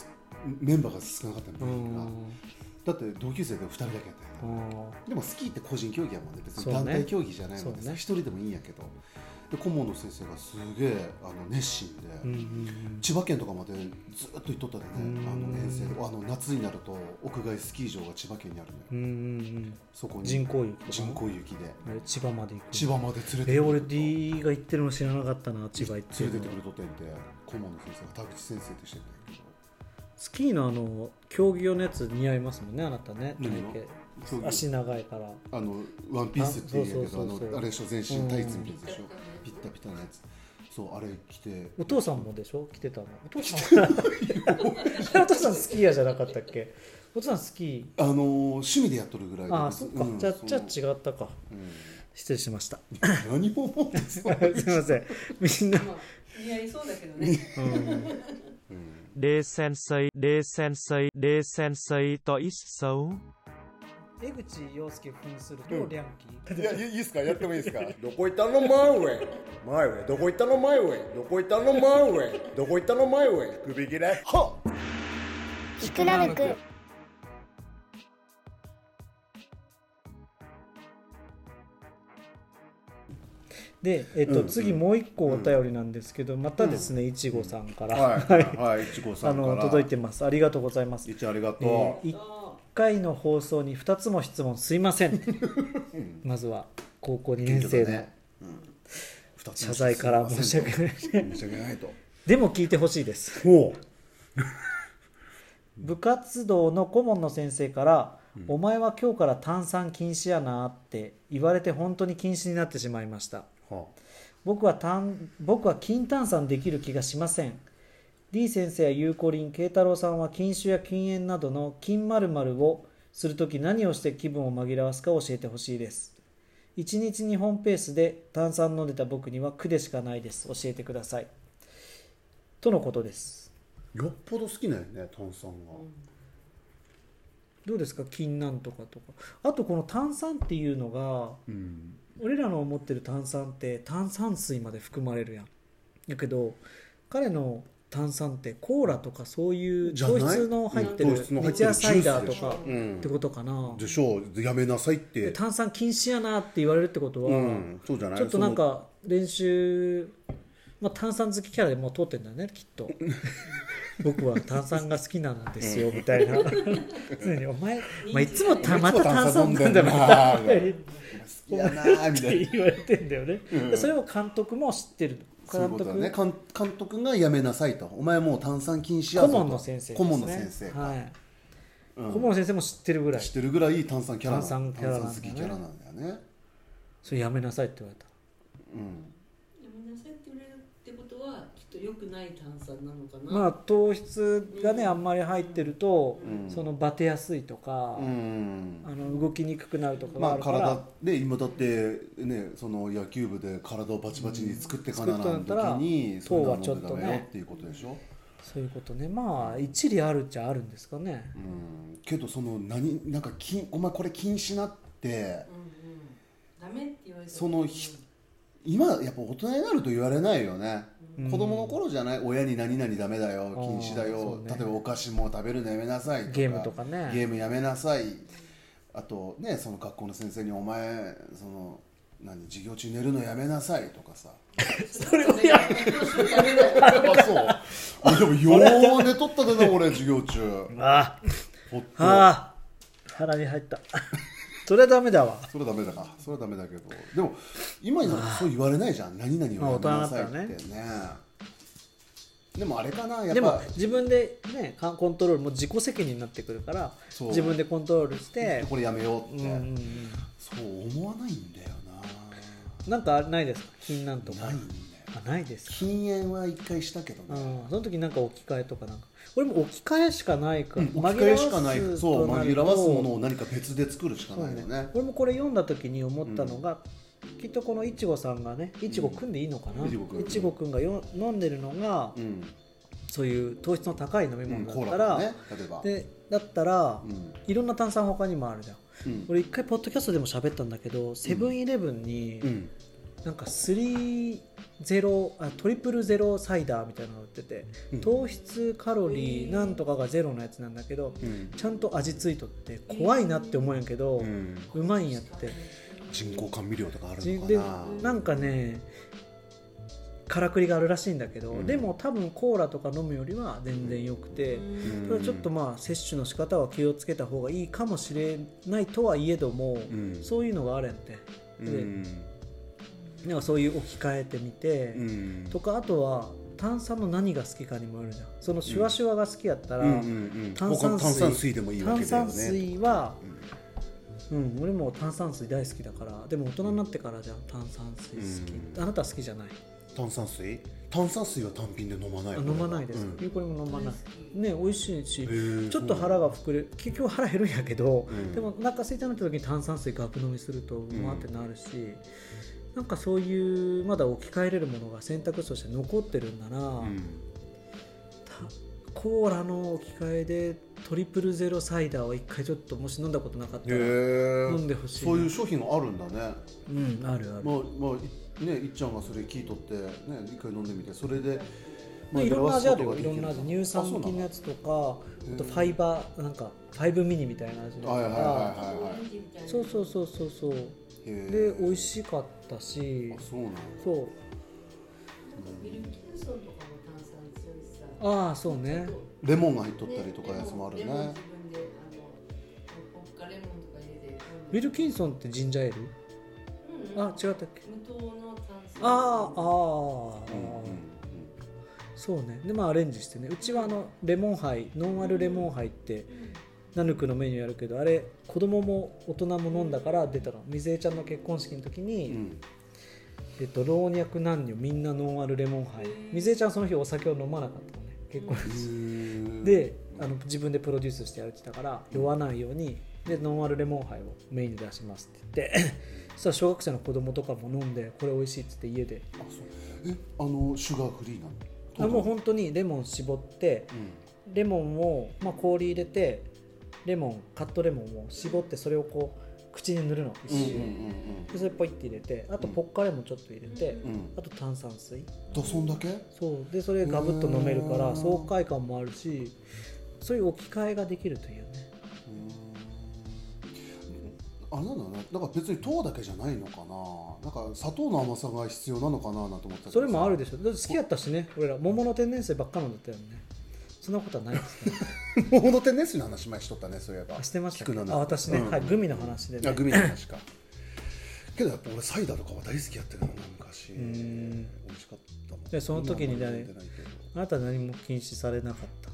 B: メンバーが少なかったんだ
A: う
B: よ、
A: ん
B: だって同級生で2人だけやったよ、
A: あー
B: でもスキーって個人競技やもんね別
A: そ
B: に
A: うね
B: 団体競技じゃないもんね
A: そうね
B: 一人でもいいんやけどで顧問の先生がすげえあの熱心で、
A: うんうん
B: 千葉県とかまでずっと行っとったでね
A: うん
B: あの遠征であの夏になると屋外スキー場が千葉県にあるのよ
A: うんうんうん
B: そこ
A: うん
B: に
A: 人工雪とか
B: 人工雪で
A: え千葉まで行く
B: 千葉まで連れて
A: え俺
B: くれと
A: D が行ってるの知らなかったな千葉行って
B: 連れ
A: る
B: てって
A: の
B: くれとってんて顧問の先生が田口先生ってしてんだけど
A: スキーのあの競技用のやつ似合いますもんねあなたね体
B: 何が競技
A: 型足長いから
B: あのワンピースって言うんやけど
A: あそ
B: あ
A: うそうそうそう
B: のあれでしょ全身タイツみたいなやつでしょ
C: うん
B: ピッタピタなやつそうあれ着て
A: お父さんもでしょ着てたのお父さんお父さんスキーヤーじゃなかったっけお父さんスキ
B: あのー趣味でやっとるぐらい
A: ー
B: で
A: ああそっか、
B: うん
A: じゃあ
B: そう
A: じゃあ違ったか
B: うん
A: 失礼しました *laughs*
B: 何も思って
A: す
B: そ
A: いませんみんな、
C: まあ似合いそうだけどね。
A: うん、
D: Đê sensei, đê sensei, đê sensei to is xấu.
A: 江口洋介扮する両リャンキー、
E: いや、いいいいっすかやってもいいですかどこ行ったのマイウェイマイウェイどこ行ったのマイウェイどこ行ったのマイウェイどこ行ったのマイウェイ首切れはっ
F: ひくらめく
A: で、えっと
B: うん
A: 次もう一個お便りなんですけど、またですねいちごさんから、
B: はいはいいちごさ
A: あ
B: んか
A: の
B: ら
A: 届いてますありがとうございます
B: いちありがとう、
A: えー、1
C: あ
A: 回の放送に2つも質問すいませ
B: *laughs*
A: んまずは高校2年生の
B: 二つ
A: 謝罪から申し訳ない
B: 申し訳ないと
A: でも聞いてほしいです
B: ほ
A: *laughs* 部活動の顧問の先生から、お前は今日から炭酸禁止やな」って言われて本当に禁止になってしまいました
B: う、は
A: 僕は炭僕は金炭酸できる気がしません D 先生やゆうこりん慶太郎さんは禁酒や禁煙などの金〇〇をするとき何をして気分を紛らわすか教えてほしいです1日2本ペースで炭酸飲んでた僕には苦でしかないです教えてくださいとのことです
B: よっぽど好きなんやね炭酸が、
A: どうですか金なんとかとかあとこの炭酸っていうのが
B: うん、
A: 俺らの思ってる炭酸って炭酸水まで含まれるやんだけど彼の炭酸ってコーラとかそういう
B: じゃな
A: 糖
B: い
A: 質の入ってる
B: うん糖質の入
A: 三
B: っ
A: ツ
B: て
A: 矢サ
B: る
A: イダーと
B: ジュ
A: か
C: ース
A: ってことかな
B: でしょうやめなさいっ
A: で
B: て
A: 炭酸禁止やなって言われるってことは、
B: うんそうじゃない
A: ちょっとなんか練習、まあ、炭酸好きキャラでもう通ってんだよねきっと
B: *laughs*
A: 僕は炭酸が好きなんですよみたいな常にお前、まあ、いつもたまた炭酸飲んでんだ
B: いつも
A: な
B: 炭酸飲んでんな
A: お前
B: いやなーみ
A: った
B: いな
A: て言われてんだよね、でそれを監督も知ってる
B: そうい
A: 監
B: うことだ
A: 督、
B: ね監監督がやめなさいとお前もう炭酸禁止や
A: 顧
B: ぞと
A: 問の先生ですね
B: 顧問の先生か、
A: はい
B: うん
A: 顧問の先生も知ってるぐらい
B: 知ってるぐらい炭酸キャラな
A: 炭酸キャラなんだね
B: 炭酸好きキャラなんだよね
A: それやめなさいって言われた
B: うん
C: ーやめなさいって言われるってことはきっと良くない炭酸なのかな、
A: まあ糖質がねあんまり入ってると、
B: うん
A: そのバテやすいとか、
B: うん
A: あの動きにくくなるとかが
B: ま
A: あ
B: あ
A: るから、
B: 体で今だってねその野球部で体をバチバチに作ってかな
A: 作っ
B: なん
A: たら
B: 時にそんなの飲んでダメ
A: 糖はちょっと
B: よ
A: ね
B: っていうことでしょ
A: そういうことねまあ一理あるっちゃあるんですかね
B: うんけどその何なんか禁お前これ禁止なって
C: うんうん、ダメって言われたら
B: そのひ今やっぱ大人になると言われないよね、
A: うん
B: 子供の頃じゃない親に何々ダメだよ
A: あー
B: 禁止だ
A: そ
B: よ、
A: うね
B: 例えばお菓子も食べるのやめなさいとか
A: ゲームとかね
B: ゲームやめなさいあとねその学校の先生にお前その何授業中寝るのやめなさいとかさ
C: それをやめ
B: *laughs*
C: ない
B: あそうあでもよう寝とったでな俺授業中
A: あ
B: ほっと
A: あー腹に入った *laughs* それはダメだわ
B: それはダメだかそれはダメだけどでも今になるとそう言われないじゃん何々をやめなさいって
A: まあ大人にな
B: ね,、でもあれかなやっ
A: でも
B: ぱ
A: 自分でねかコントロールも自己責任になってくるから
B: そう
A: 自分でコントロールして
B: これやめようっ
A: うん
B: て、
A: うんうん
B: そう思わないんだよ
A: なんかないですか禁なんとか
B: なないんだよ
A: あないですか
B: 禁煙は一回したけど
A: う
B: ね、
A: ん、その時なんか置き換えとかなんか俺も置き換えしかないから、
B: うん置き換えしかない
A: 紛らわす
B: そう
A: となる
B: 紛
A: と
B: らわすものを何か別で作るしか
A: そう
B: な
A: だ
B: いよ
A: ね
B: ね
A: 俺もこれ読んだ時に思ったのが、きっとこのいちごさんがねいちごくんでいいのかな、
B: うんいちごくん
A: いちごくんがよ飲んでるのが、
B: うん、
A: そういう糖質の高い飲み
B: うん、
A: 物
B: コ
A: だ
B: ー
A: った
B: ラ
A: ら、
B: とかね例えば
A: でだったら、
B: うん
A: いろんな炭酸他にもあるじゃん
B: うん
A: 俺一回ポッドキャストでも喋ったんだけどセブンイレブンに
B: うん
A: なんか3ゼロあトリプルゼロサイダーみたいなの売ってて、
B: うん
A: 糖質カロリーなんとかがゼロのやつなんだけど、
B: うん
A: ちゃんと味付いとって怖いなって思うんやけど、
B: う
A: うんまいんやって
B: 人工甘味料とかあるの
A: 人
B: か
A: で
B: な
A: なんかねからくりがあるらしいんだけど、
B: うん
A: でも多分コーラとか飲むよりは全然良くて、
B: うん
A: ただちょっとまあ摂取の仕方は気をつけた方がいいかもしれないとはいえども、
B: ん
A: そういうのがあるんやって
B: うん
A: なんかそういう置き換えてみて、
B: うん
A: とかあとは炭酸の何が好きかにもよるじゃんそのシュワシュワが好きやったら、
B: うんうんうん
A: 炭酸水
B: 他炭酸水でもいいわけ
A: 炭
B: だよ
A: 酸
B: ね
A: 水は、うん俺も炭酸水大好きだからでも大人になってからじゃん炭酸水好き、
B: うん
A: あなたは好きじゃない、
B: 炭酸水炭酸水は単品で飲まない
A: あ飲まないですか、
B: うん
A: ゆうこりも飲まないね美味しいし、
B: ー
A: ちょっと腹が膨れ結局腹減るんやけど、
B: ん
A: でもお腹空いたなって時に炭酸水ガブ飲みするとうまってなるし、なんかそういうまだ置き換えれるものが選択肢として残ってるんだな、
B: うん
A: たコーラの置き換えでトリプルゼロサイダーを一回ちょっともし飲んだことなかった
B: へ
A: ら、
B: え
A: 飲んでほしいな
B: そういう商品があるんだね
A: うんあるある、
B: まあまあいねいっちゃんがそれ聞いとってね一回飲んでみてそれで
A: まあ、いろんな味あるよいろんな味乳
B: 乳
A: 酸
B: 酸
A: 菌のや
B: つ
A: つとか
B: うん
A: あとファイバーなんかファイブミニみたいな味とか、
B: はいはいはいはいは
C: オレンジみたいな
A: そうそうそうそうそう
B: いへ
A: で美味
B: い
A: しかったし
B: あそうなんだ
A: そう
C: ミルキーソンとかも炭酸強いしさ
A: ああそうね
B: レモンが入っとったりとかやつもある
C: レモン
B: ね
C: 自分であのポッカレモンとか入れて
A: ウィルキンソンってジンジャーエール
C: うんうん
A: あ違ったっけ
C: 無糖の
A: ああ
C: 炭酸
A: ああ、
B: うんうん
A: そうねでまあアレンジしてねうちはあのレモンハイノンアルレモンハイってナヌクのメニューやるけどあれ子供も大人も飲んだから出たの水江ちゃんの結婚式の時に、
B: うんうん
A: えっと、老若男女みんなノンアルレモンハイ水江ちゃんその日お酒を飲まなかったのね結構、
B: うん
A: であの自分でプロデュースしてやるって言ったから酔わないようにでノンアルレモンハイをメインで出しますって
B: *laughs*
A: 言ってそしたら小学生の子供とかも飲んでこれ美味しいっつって家で
B: あそうえあのシュガーフリーなの
A: あもう本当にレモン絞ってレモンを、まあ、氷入れてレモンカットレモンを絞ってそれをこう口に塗るの一
B: うんうん
A: 周、でそれポイって入れてあと
B: うん
A: ポッカレモンちょっと入れて、
B: うんうんうん
A: あと炭酸水
B: とそんだけ
A: そうでそれガブッと飲めるから
B: うん
A: 爽快感もあるしそういう置き換えができるというね
B: あれなんだよねなんか別に糖だけじゃないのかななんか砂糖の甘さが必要なのかななんて思ってたけどさ
A: それもあるでしょだって好きやったしね俺ら桃の天然水ばっか飲んでたよねそんなことはないですね
B: 桃の天然水の話前しとったねそういえば
A: あしてましたっ
B: 聞く
A: け
B: な
A: あ私ね、
B: うん
A: はいグミの話で
B: あ
A: ね
B: グミの話かけどやっぱ俺サイダーとかは大好きやったけどな昔
A: う
B: 美
A: ん
B: 味しかったもん
A: でその時にね
B: 今は飲んでないけど
A: あなたは何も禁止されなかった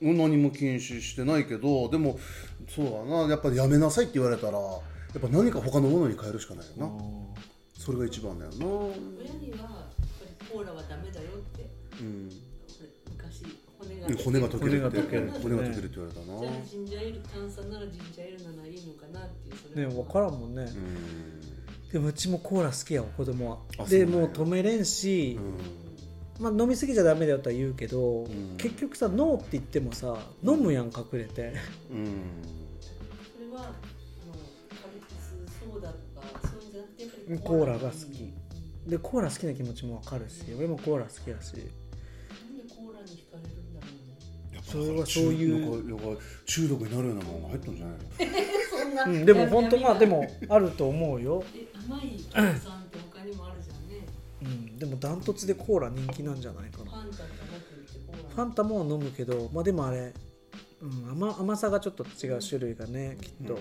B: 何も禁止してないけどでもそうだなやっぱやめなさいって言われたらやっぱ何か他のものに変えるしかないよなそれが一番だよな
C: 親にはやっぱりコーラはダメだよって
B: ううん
C: 昔骨が
B: 骨が溶けるっ
A: 骨が溶け
B: て
A: る
B: 骨が溶けるって言われたな
C: じゃあジンジャーエール炭酸ならジンジャーエールならいいのかなっていうそ
A: ね
C: れ
A: 分からんもんね、
B: う
A: でもうちもコーラ好きやわ子供は
B: あそう
A: で
B: なんや
A: もう止めれんし、
B: ん
A: まあ、飲み過ぎちゃダメだよとは言うけど、
B: ん
A: 結局さノーって言ってもさ飲むやん隠れて
B: うんうん
C: それはあのカルピスソーダとかそういうんじゃなくてやっぱり
A: コーラが好
C: いい
A: きでコーラ好きな気持ちも分かるし俺もコーラ好きやし
C: なんでコーラに惹かれるんだろうね
B: やっぱ
A: それはそういう
B: 中毒中毒になるようなもんが入ったんじゃないの
C: そんな、
A: うん、でも本当まあで
C: も
A: もあると思うよ、
C: 甘い炭酸って他にもあるじゃんね
A: うん、でもダントツでコーラ人気なんじゃないか
C: フ
A: な
C: ァンタとかなくってコーラ
A: ファンタも飲むけどまあでもあれ、うん、甘甘さがちょっと違う種類がねきっと、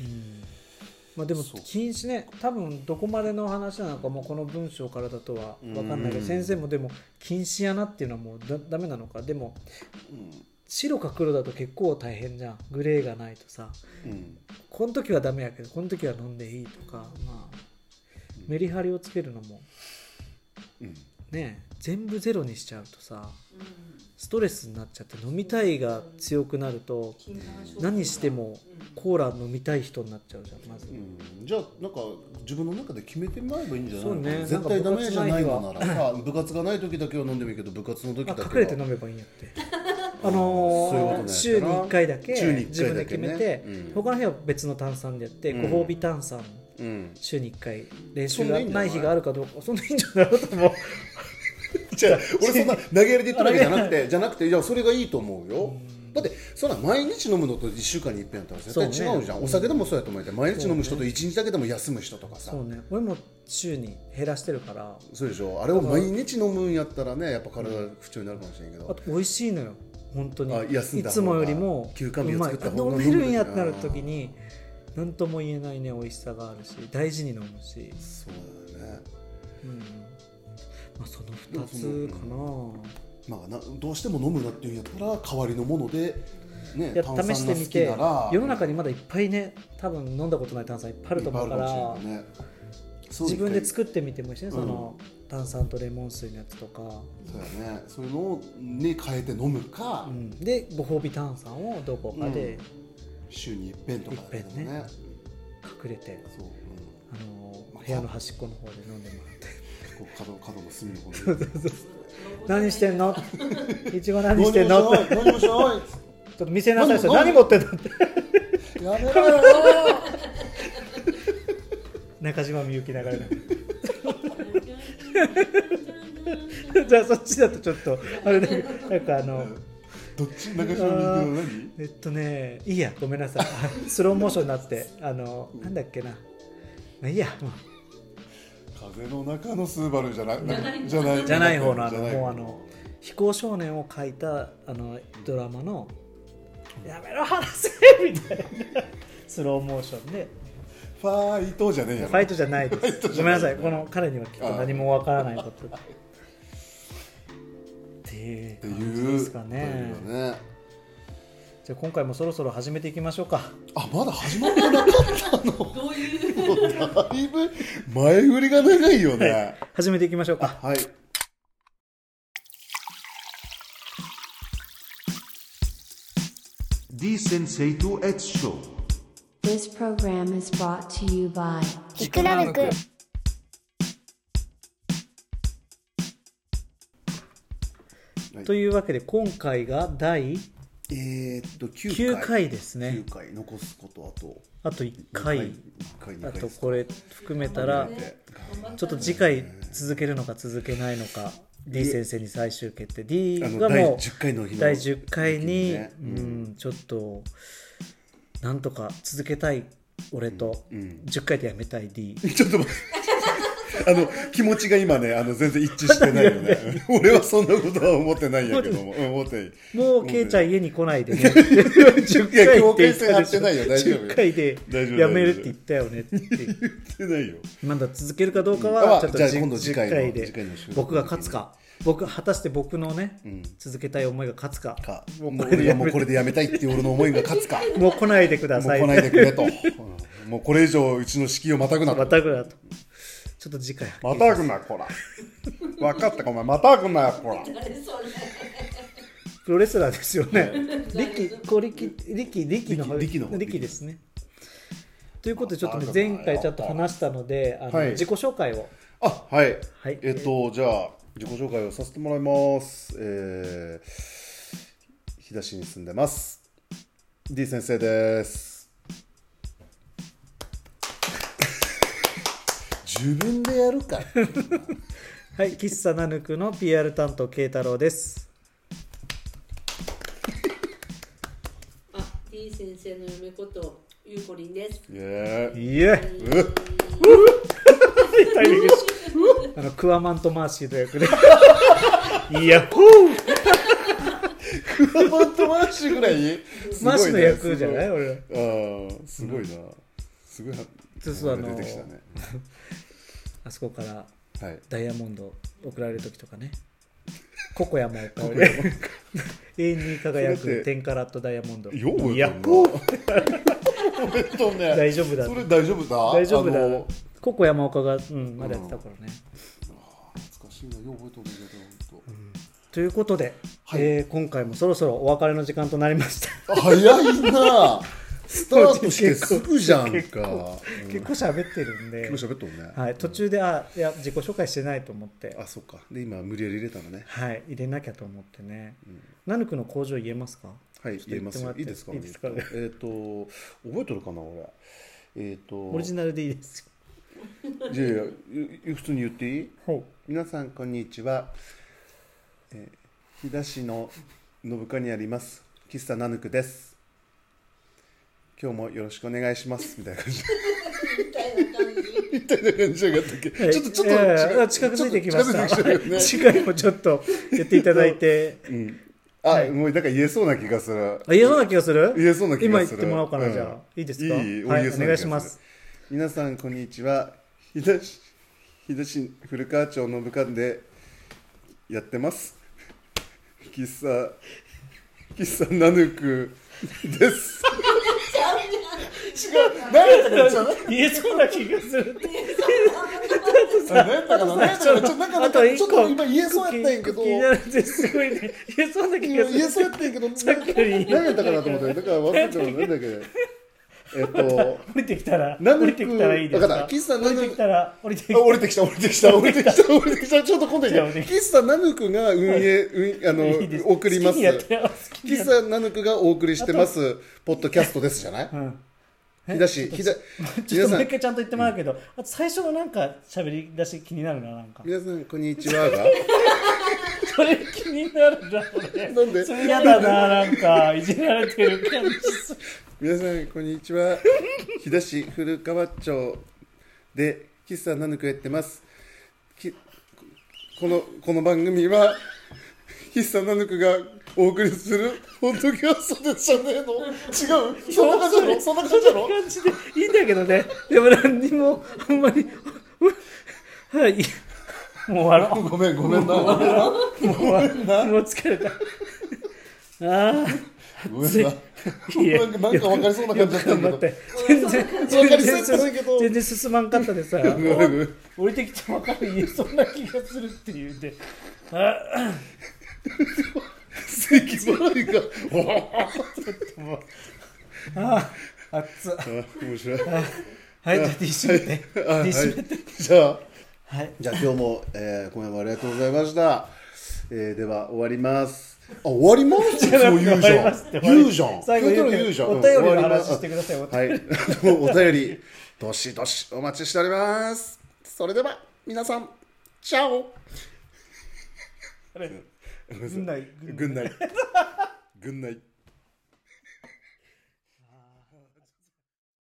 A: うんまあでも
B: そう
A: 禁止ね多分どこまでの話なのかもうこの文章からだとは分かんないけ
B: うん
A: ど先生もでも禁止やなっていうのはもうだダメなのかでも白か黒だと結構大変じゃんグレーがないとさ
B: うんうん
A: この時はダメやけどこの時は飲んでいいとかまあメリハリをつけるのも
B: うん
A: ね全部ゼロにしちゃうとさ
C: うん
A: ストレスになっちゃって飲みたいが強くなると
C: 禁断症状
A: 何しても
C: うん
A: コーラ飲みたい人になっちゃうじゃんまず
B: うんじゃあなんか自分の中で決めてもらえばいいんじゃないの
A: そうね
B: 絶対ダメじゃないのならあ部活がない時だけは飲んでもいいけど部活の時だ
A: あ
B: けは
A: 隠れて飲めばいいんやっ
B: *laughs*
A: てあのー
B: そういうことね
A: 週に1回だけ
B: 週に一
A: 自
B: 回
A: 分
B: だ
A: で
B: け
A: 決
B: ね
A: めて、
B: うん
A: 他の日は別の炭酸でやって、
B: うん
A: ご褒美炭酸
B: うん
A: 週に1回練習が
B: そんでいいんじゃな
A: ないい日があるかどうかそんでいいんじ
B: *laughs*
A: ゃないかと思う
B: じゃあ俺そんな投げ入れて言ったわけじゃなくてじゃなくていやそれがいいと思うよだってそんな毎日飲むのと1週間に一遍やったら絶対違うじゃん
A: そうね
B: お酒でもそうやと思うよ毎日飲む人と1日だけでも休む人とかさ
A: そうね俺も週に減らしてるから
B: そうでしょあれを毎日飲むんやったらねやっぱ体が不調になるかもしれんけ
A: あ
B: ど
A: と美味しいのよ本当に
B: あ休ん
A: い
B: だ方が
A: つもよりも
B: 休暇日
A: う
B: を
A: まい
B: 作った方
A: 飲
B: が
A: めるんやってなる時に何とも言えないね美味しさがあるし大事に飲むし、
B: そうだよね
A: うんまあ、その
B: でも
A: 2
B: そ
A: つ
B: の
A: かな、
B: まあなどうしても飲むなっていうんやったら代わりのものでね
A: いや
B: 炭酸が
A: 試してみ
B: 好
A: て
B: きなら
A: 世の中にまだいっぱいね多分飲んだことない炭酸いっぱいあると思うから
B: いっぱいあるもしれないねそう
A: 自分で作ってみてもいいしね、
B: ん
A: その炭酸とレモン水のやつとか、
B: そうやねそういうのをに変えて飲むか、
A: うんでご褒美炭酸をどこかで
B: 週に一遍とかだけどね
A: 一遍ね隠れて、
B: そう、
A: あの
B: まあ
A: 部屋の端っこの方で飲んでもらって
B: うん、こう角角の隅の方に
A: 「何してん
B: *laughs*
A: の? 」「いちご何してんの?」って
B: 飲みましょう飲みまし
A: ちょっと見せなさいそれ
B: 何
A: 何持ってんのって
B: ょうやめろよ
A: *laughs* 中島みゆき流れないじ
C: じ
A: ゃ *laughs*
C: ゃ
A: あそっちだとちょっとあれだけどなんかあの
B: どっち中島みゆきの
A: えっとねいいやごめんなさい *laughs* スローモーションになってあのなんだっけなまあいいやもう
B: 何風の中のスーバルじゃないなじゃない
A: じゃない方のあの
B: じゃない
A: もうあの飛行少年を書いたあのドラマの「やめろ話せ!」みたいな *laughs* スローモーションで
B: ファイトじゃねえやろ
A: ファイトじゃないですごめんなさいこの彼にはきっと何もわからないことっていう
B: って
A: 感じ
B: いう
A: ですかね
B: というね
A: じゃあ今回もそろそろ始めていきましょうか
B: あまだ始まってなかったのも
C: どういう
B: うだいぶ前振りが長いよね
A: 始めていきましょうか
B: はい
E: ショ
G: This program is brought to you by
F: キクラムくん
A: というわけで今回が第
B: えーっと9
A: 9
B: 回
A: 回ですね
B: 9回残すこと
A: あ
B: あと
A: と1
B: 1
A: 回
B: 回2
A: あ
B: 回
A: と
B: です
A: これ含めたらちょっと次回続けるのか続けないのか D 先生に最終決定 D
B: あの
A: がも
B: 第
A: う
B: 10回の日の
A: 第10回に
B: ね
A: うんちょっとなんとか続けたい俺と10回でやめたい D
B: ちょっと待って *laughs* あの気持ちが今ねあの全然一致してないよね俺はそんなことは思ってないんやけども、うん、思ってない
A: もうケイちゃん家に来ないで
B: *laughs*
A: ね10
B: いや強
A: 回
B: 制
A: って言ったでし
B: 張って
A: ょ
B: ないよ大丈夫よ
A: 10回で
B: 大丈夫
A: やめるって言ったよねっていう
B: 言ってないよ
A: まだ続けるかどうか
B: うんあ
A: はちょっと
B: じゃあ
A: じ
B: 今度次
A: 10
B: 回の
A: 回
B: 次回の収録
A: で僕が勝つか僕果たして僕のね、続けたい思いが勝つか
B: かも
A: も
B: う
A: うこれ
B: 俺
A: で
B: が
A: や
B: も
A: め
B: うこれでやめたいっていう俺の思いが勝つ *laughs* か
A: もう来ないでくだ
B: もう
A: さい
B: *laughs* 来ないでくれと、うんもうこれ以上うちの敷居をまたぐなと
A: またぐらとちょっと次回
E: またぐなこら分かったかお前またぐなよこら
C: 誰それ
A: プロレスラーですよね。力、こう力、力、力の方
B: 力力の方
A: 力ですね。ということで、ちょっとね、前回ちょっと話したので、あの、
B: はい
A: 自己紹介を。
B: あはい、
A: はい
B: えっとじゃあ自己紹介をさせてもらいますえー、日田市に住んでます D 先生です *laughs* 自分でやるかい
A: はい、喫茶ナヌクの PR 担当、慶太郎です。
C: あ、D 先生の嫁ことゆうこりんです
B: イエーイ
A: いえ、タイミングしあの、クワマンとマーシーと
B: *laughs*
A: 役で。いや、ほう
B: *laughs* クワマンとマーシーぐらいすご
A: マ
B: い
A: ー
B: ね
A: シーの役じゃない
B: す
A: 俺ら。
B: ごいああすごいなすごい
A: そうそうあの
B: 出てきたね
A: あそこから
B: はい
A: ダイヤモンド送られる時とか
B: *laughs*
A: ね。ココヤマを買うね。永遠に輝
B: それっ
A: く
B: て
A: 10カラットダイヤモンド。
B: よう覚えてんない
A: や、ほう
B: 覚えとんね
A: 大丈夫だ
B: それ大丈夫だ
A: 大丈夫
B: あ
A: だ
B: の
A: ココ山岡が、うん、まだやってたからね、
B: 懐かしいなよう覚えとんねんけどほんと
A: ということで、
B: はい
A: えー今回もそろそろお別れの時間となりました
B: 早いなスタートしてすぐじゃんか結
A: 結
B: 構
A: 構結構喋ってるんで、
B: 喋っとんね、
A: はい、途中であいや自己紹介してないと思って
B: あそっかで今無理やり入れたのね
A: はい入れなきゃと思ってね、ナヌクの工場言えますか
B: はい
A: ちょっと
B: 入れ
A: 言っ
B: ま
A: ても
B: す
A: ら
B: よ
A: って
B: いいですか
A: いいですか
B: えっ、と覚えとるかな俺えっ、と
A: オリジナルでいいですよ
B: いやいやい普通に言っていい
A: ほ
B: 皆さんこんにちは、えー、日田市の信川にあります喫茶ナヌクです今日もよろしくお願いしますみたいな感じ
C: みたいな感じ
B: みたいな感じやがったっけ
A: う
B: ちょっとちょっと
A: えー
B: 違う
A: あ近づいてきました
B: ちょっと近づいてきたよね
A: 次回もちょっとやっていただいて、
B: あ、もうなんか言えそうな気がする
A: あ言えそうな気がする
B: 言えそうな気
A: 今
B: が
A: 言っ
B: する
A: てもらおうかな、
B: ん
A: じゃあいいですか
B: いい
A: はい
B: 言
A: お
B: えそうな気がる
A: 願いします
B: 皆さんこんにちは日田市日田市古川町信川でやってます喫茶喫茶ナヌクです
E: 何やったかなちょっと
A: 言えそうな気がす
B: *laughs*
A: る
E: 何やったかな何やったかなちょっとなんかな
A: あ
E: んか
A: と
E: ち
A: 一
E: ょっ
A: 個
E: と今言えそうやったんやけど
A: 気になるってすごいね言えそうな気
E: 今
A: が
E: 言え
A: す
E: そう
A: る
E: やったんやけど
A: さっきより
B: 何やったかなと思ってだから忘れちゃうのなんだっけ
A: *laughs*
B: えっと
A: 降りてきたら
B: ナ
A: 降
B: ヌ
A: り
B: ク
A: てきたらいいです
B: わか
A: か
B: った岸さん
A: 降りてきたら降りてきた
E: あ降りてきた降りてきた降りてきた降りてきたちょっと今度言っ
A: 降りてき
B: 喫茶ナヌクが運営、運あの
A: いいです
B: 送りま
A: 好き
B: す
A: にやってよ好きにや
B: 喫
A: って
B: 茶ナヌクがお送りしてますポッドキャストですじゃない、
A: ん
B: 日田市日
A: ち
B: 田
A: ょ
B: 皆
A: っとも
B: さ
A: う一
B: ん
A: 回ちゃんと言ってもらうけど、あと最初のなんか喋り出し気になるななん
B: *laughs*
A: か
B: 皆さんこんにちは
A: *laughs*
B: が
A: それ気になるな俺
B: なんで
A: それ嫌だ *laughs* ななんかいじられてる感じする
B: 皆さんこんにちは日田市古川町で喫茶ナヌクやってますきこのこの番組は喫茶ナヌクがお送りするポッドキャストでじゃねえの違うそんな感じなのそんな感じなの
A: 感じでいいんだけどねでも何にもあんまり *laughs* はいもう終わ *laughs* ろう
B: ごめんごめんなごめんな
A: もう疲れた。 *laughs* あ
B: ごめんな
A: あ、いえ。
B: なんかなんか分かりそうな感じだったんだ
A: よく
B: けど
A: 頑張
B: *laughs*
A: て全然、
B: 分かりそう
A: 全
B: やったんだ
A: 然
B: けど
A: 全然進まんかった *laughs* でさ、
B: ごめんごめん
A: 降りてきても分かる言えそうな気がするっていうんで、
B: 咳払いが
A: あっつ。
B: あ面白い
A: はい、じゃあティッシュ見 *laughs* て。
B: あは
A: ティ
B: い
A: ッシュ見て。
B: じゃあ
A: はい。
B: じゃあ今日も、えー、今夜もありがとうございました、えー、では終わりますあ終わりますっていつも言
A: 終
B: うじ
A: わり
B: ゃ
A: ますって
B: ん言うじゃん
A: 最後
B: 言
A: 言う
B: うたら
A: けど
B: 言うじゃん
A: お便り
B: う
A: の
B: ん終わりま
A: 話
B: す
A: してください。お便り
B: はいお便りどしどしお待ちしておりますそれでは皆さんチャ *laughs* オ
A: あれ軍内軍内 *laughs*
B: ぐんないぐんない